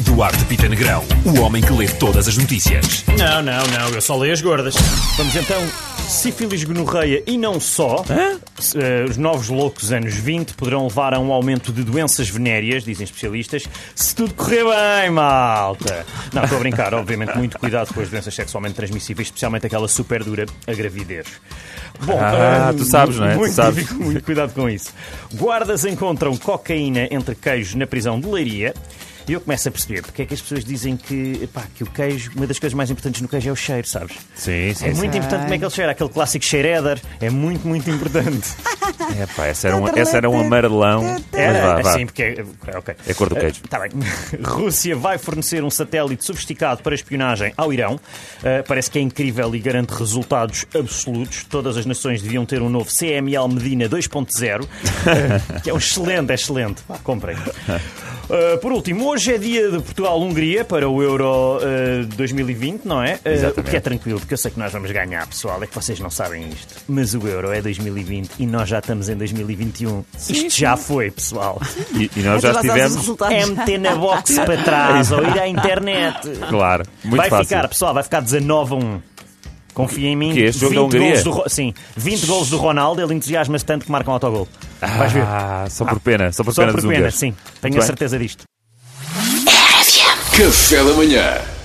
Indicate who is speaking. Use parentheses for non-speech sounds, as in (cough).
Speaker 1: Duarte Pita Negrão, o homem que lê todas as notícias.
Speaker 2: Não, não, não, eu só leio as gordas. Vamos então, sífilis, gonorreia e não só. Se, eh, os novos loucos anos 20 poderão levar a um aumento de doenças venéreas, dizem especialistas, se tudo correr bem, malta. Não, estou a brincar, obviamente, muito cuidado com as doenças sexualmente transmissíveis, especialmente aquela super dura, a gravidez. Bom,
Speaker 3: Ah,
Speaker 2: eh,
Speaker 3: tu sabes, não é? Tu
Speaker 2: Muito,
Speaker 3: sabes.
Speaker 2: difícil, (laughs) muito cuidado com isso. Guardas encontram cocaína entre queijos na prisão de Leiria. E eu começo a perceber porque é que as pessoas dizem que, epá, que o queijo, uma das coisas mais importantes no queijo é o cheiro, sabes?
Speaker 3: Sim, sim,
Speaker 2: É
Speaker 3: sim.
Speaker 2: muito importante como é que ele cheira. Aquele clássico cheiro cheireder é muito, muito importante.
Speaker 3: Epá, essa, era um, essa era um amarelão. Mas vá,
Speaker 2: Era
Speaker 3: vá.
Speaker 2: assim, porque é. Ok.
Speaker 3: É cor do queijo.
Speaker 2: Está bem. (laughs) Rússia vai fornecer um satélite sofisticado para espionagem ao Irão. Uh, parece que é incrível e garante resultados absolutos. Todas as nações deviam ter um novo CML Medina 2.0, uh, que é um excelente, é excelente. Pá, comprem. Uh, por último, hoje é dia de Portugal-Hungria para o Euro uh, 2020, não é? Uh, o que é tranquilo, porque eu sei que nós vamos ganhar, pessoal. É que vocês não sabem isto. Mas o Euro é 2020 e nós já estamos em 2021. isto já foi, pessoal.
Speaker 3: E, e nós já
Speaker 4: Atrás aos
Speaker 3: estivemos.
Speaker 4: resultados.
Speaker 2: É meter
Speaker 3: (laughs)
Speaker 2: na box para trás ou ir à internet.
Speaker 3: Claro, muito
Speaker 2: vai
Speaker 3: fácil.
Speaker 2: ficar, pessoal, vai ficar 19 a 1. Confia em mim.
Speaker 3: Que é este jogo da
Speaker 2: 20
Speaker 3: Hungria?
Speaker 2: golos do Ro- Sim, 20 golos do Ronaldo, ele entusiasma-se tanto que marca um autogol. Vais ver.
Speaker 3: Ah, só por pena, só por
Speaker 2: Só
Speaker 3: pena
Speaker 2: por
Speaker 3: dos
Speaker 2: pena,
Speaker 3: húngaros.
Speaker 2: sim.
Speaker 3: Muito
Speaker 2: Tenho a
Speaker 3: bem.
Speaker 2: certeza disto.
Speaker 5: Café da Manhã